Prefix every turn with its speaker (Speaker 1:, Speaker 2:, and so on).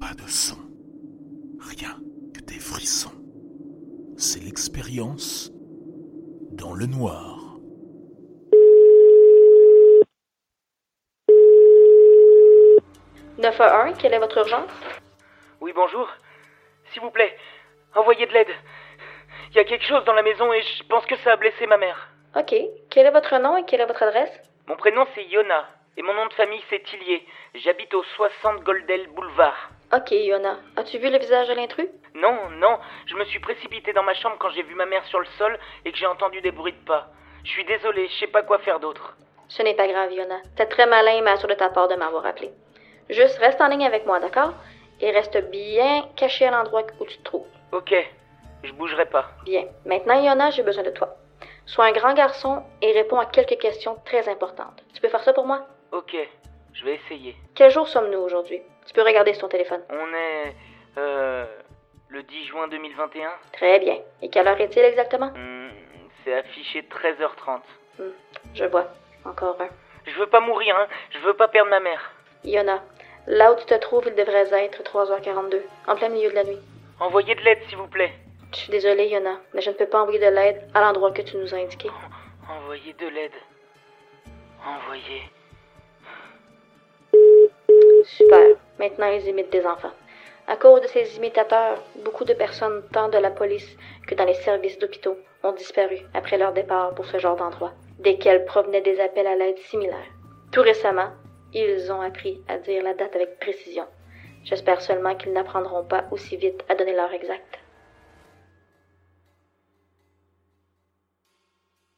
Speaker 1: Pas de son. Rien que des frissons. C'est l'expérience dans le noir.
Speaker 2: « 911, quelle est votre urgence
Speaker 3: Oui, bonjour. S'il vous plaît, envoyez de l'aide. Il y a quelque chose dans la maison et je pense que ça a blessé ma mère.
Speaker 2: Ok. Quel est votre nom et quelle est votre adresse
Speaker 3: Mon prénom c'est Yona et mon nom de famille c'est Tillier. J'habite au 60 Goldel Boulevard.
Speaker 2: Ok, Yona. As-tu vu le visage de l'intrus
Speaker 3: Non, non, je me suis précipité dans ma chambre quand j'ai vu ma mère sur le sol et que j'ai entendu des bruits de pas. Je suis désolé, je sais pas quoi faire d'autre.
Speaker 2: Ce n'est pas grave, Yona. T'es très malin et massure de ta part de m'avoir appelé. Juste reste en ligne avec moi, d'accord Et reste bien caché à l'endroit où tu te trouves.
Speaker 3: Ok, je bougerai pas.
Speaker 2: Bien. Maintenant, Yona, j'ai besoin de toi. Sois un grand garçon et réponds à quelques questions très importantes. Tu peux faire ça pour moi
Speaker 3: Ok, je vais essayer.
Speaker 2: Quel jour sommes-nous aujourd'hui Tu peux regarder sur ton téléphone.
Speaker 3: On est. euh, le 10 juin 2021
Speaker 2: Très bien. Et quelle heure est-il exactement
Speaker 3: Hmm, C'est affiché 13h30.
Speaker 2: Hmm, Je vois. Encore un.
Speaker 3: Je veux pas mourir, hein. je veux pas perdre ma mère.
Speaker 2: Yona, là où tu te trouves, il devrait être 3h42, en plein milieu de la nuit.
Speaker 3: Envoyez de l'aide s'il vous plaît.
Speaker 2: Je suis désolée, Yona, mais je ne peux pas envoyer de l'aide à l'endroit que tu nous as indiqué.
Speaker 3: Envoyez de l'aide. Envoyez.
Speaker 2: Super. Maintenant, ils imitent des enfants. À cause de ces imitateurs, beaucoup de personnes, tant de la police que dans les services d'hôpitaux, ont disparu après leur départ pour ce genre d'endroit, desquels provenaient des appels à l'aide similaires. Tout récemment, ils ont appris à dire la date avec précision. J'espère seulement qu'ils n'apprendront pas aussi vite à donner l'heure exacte.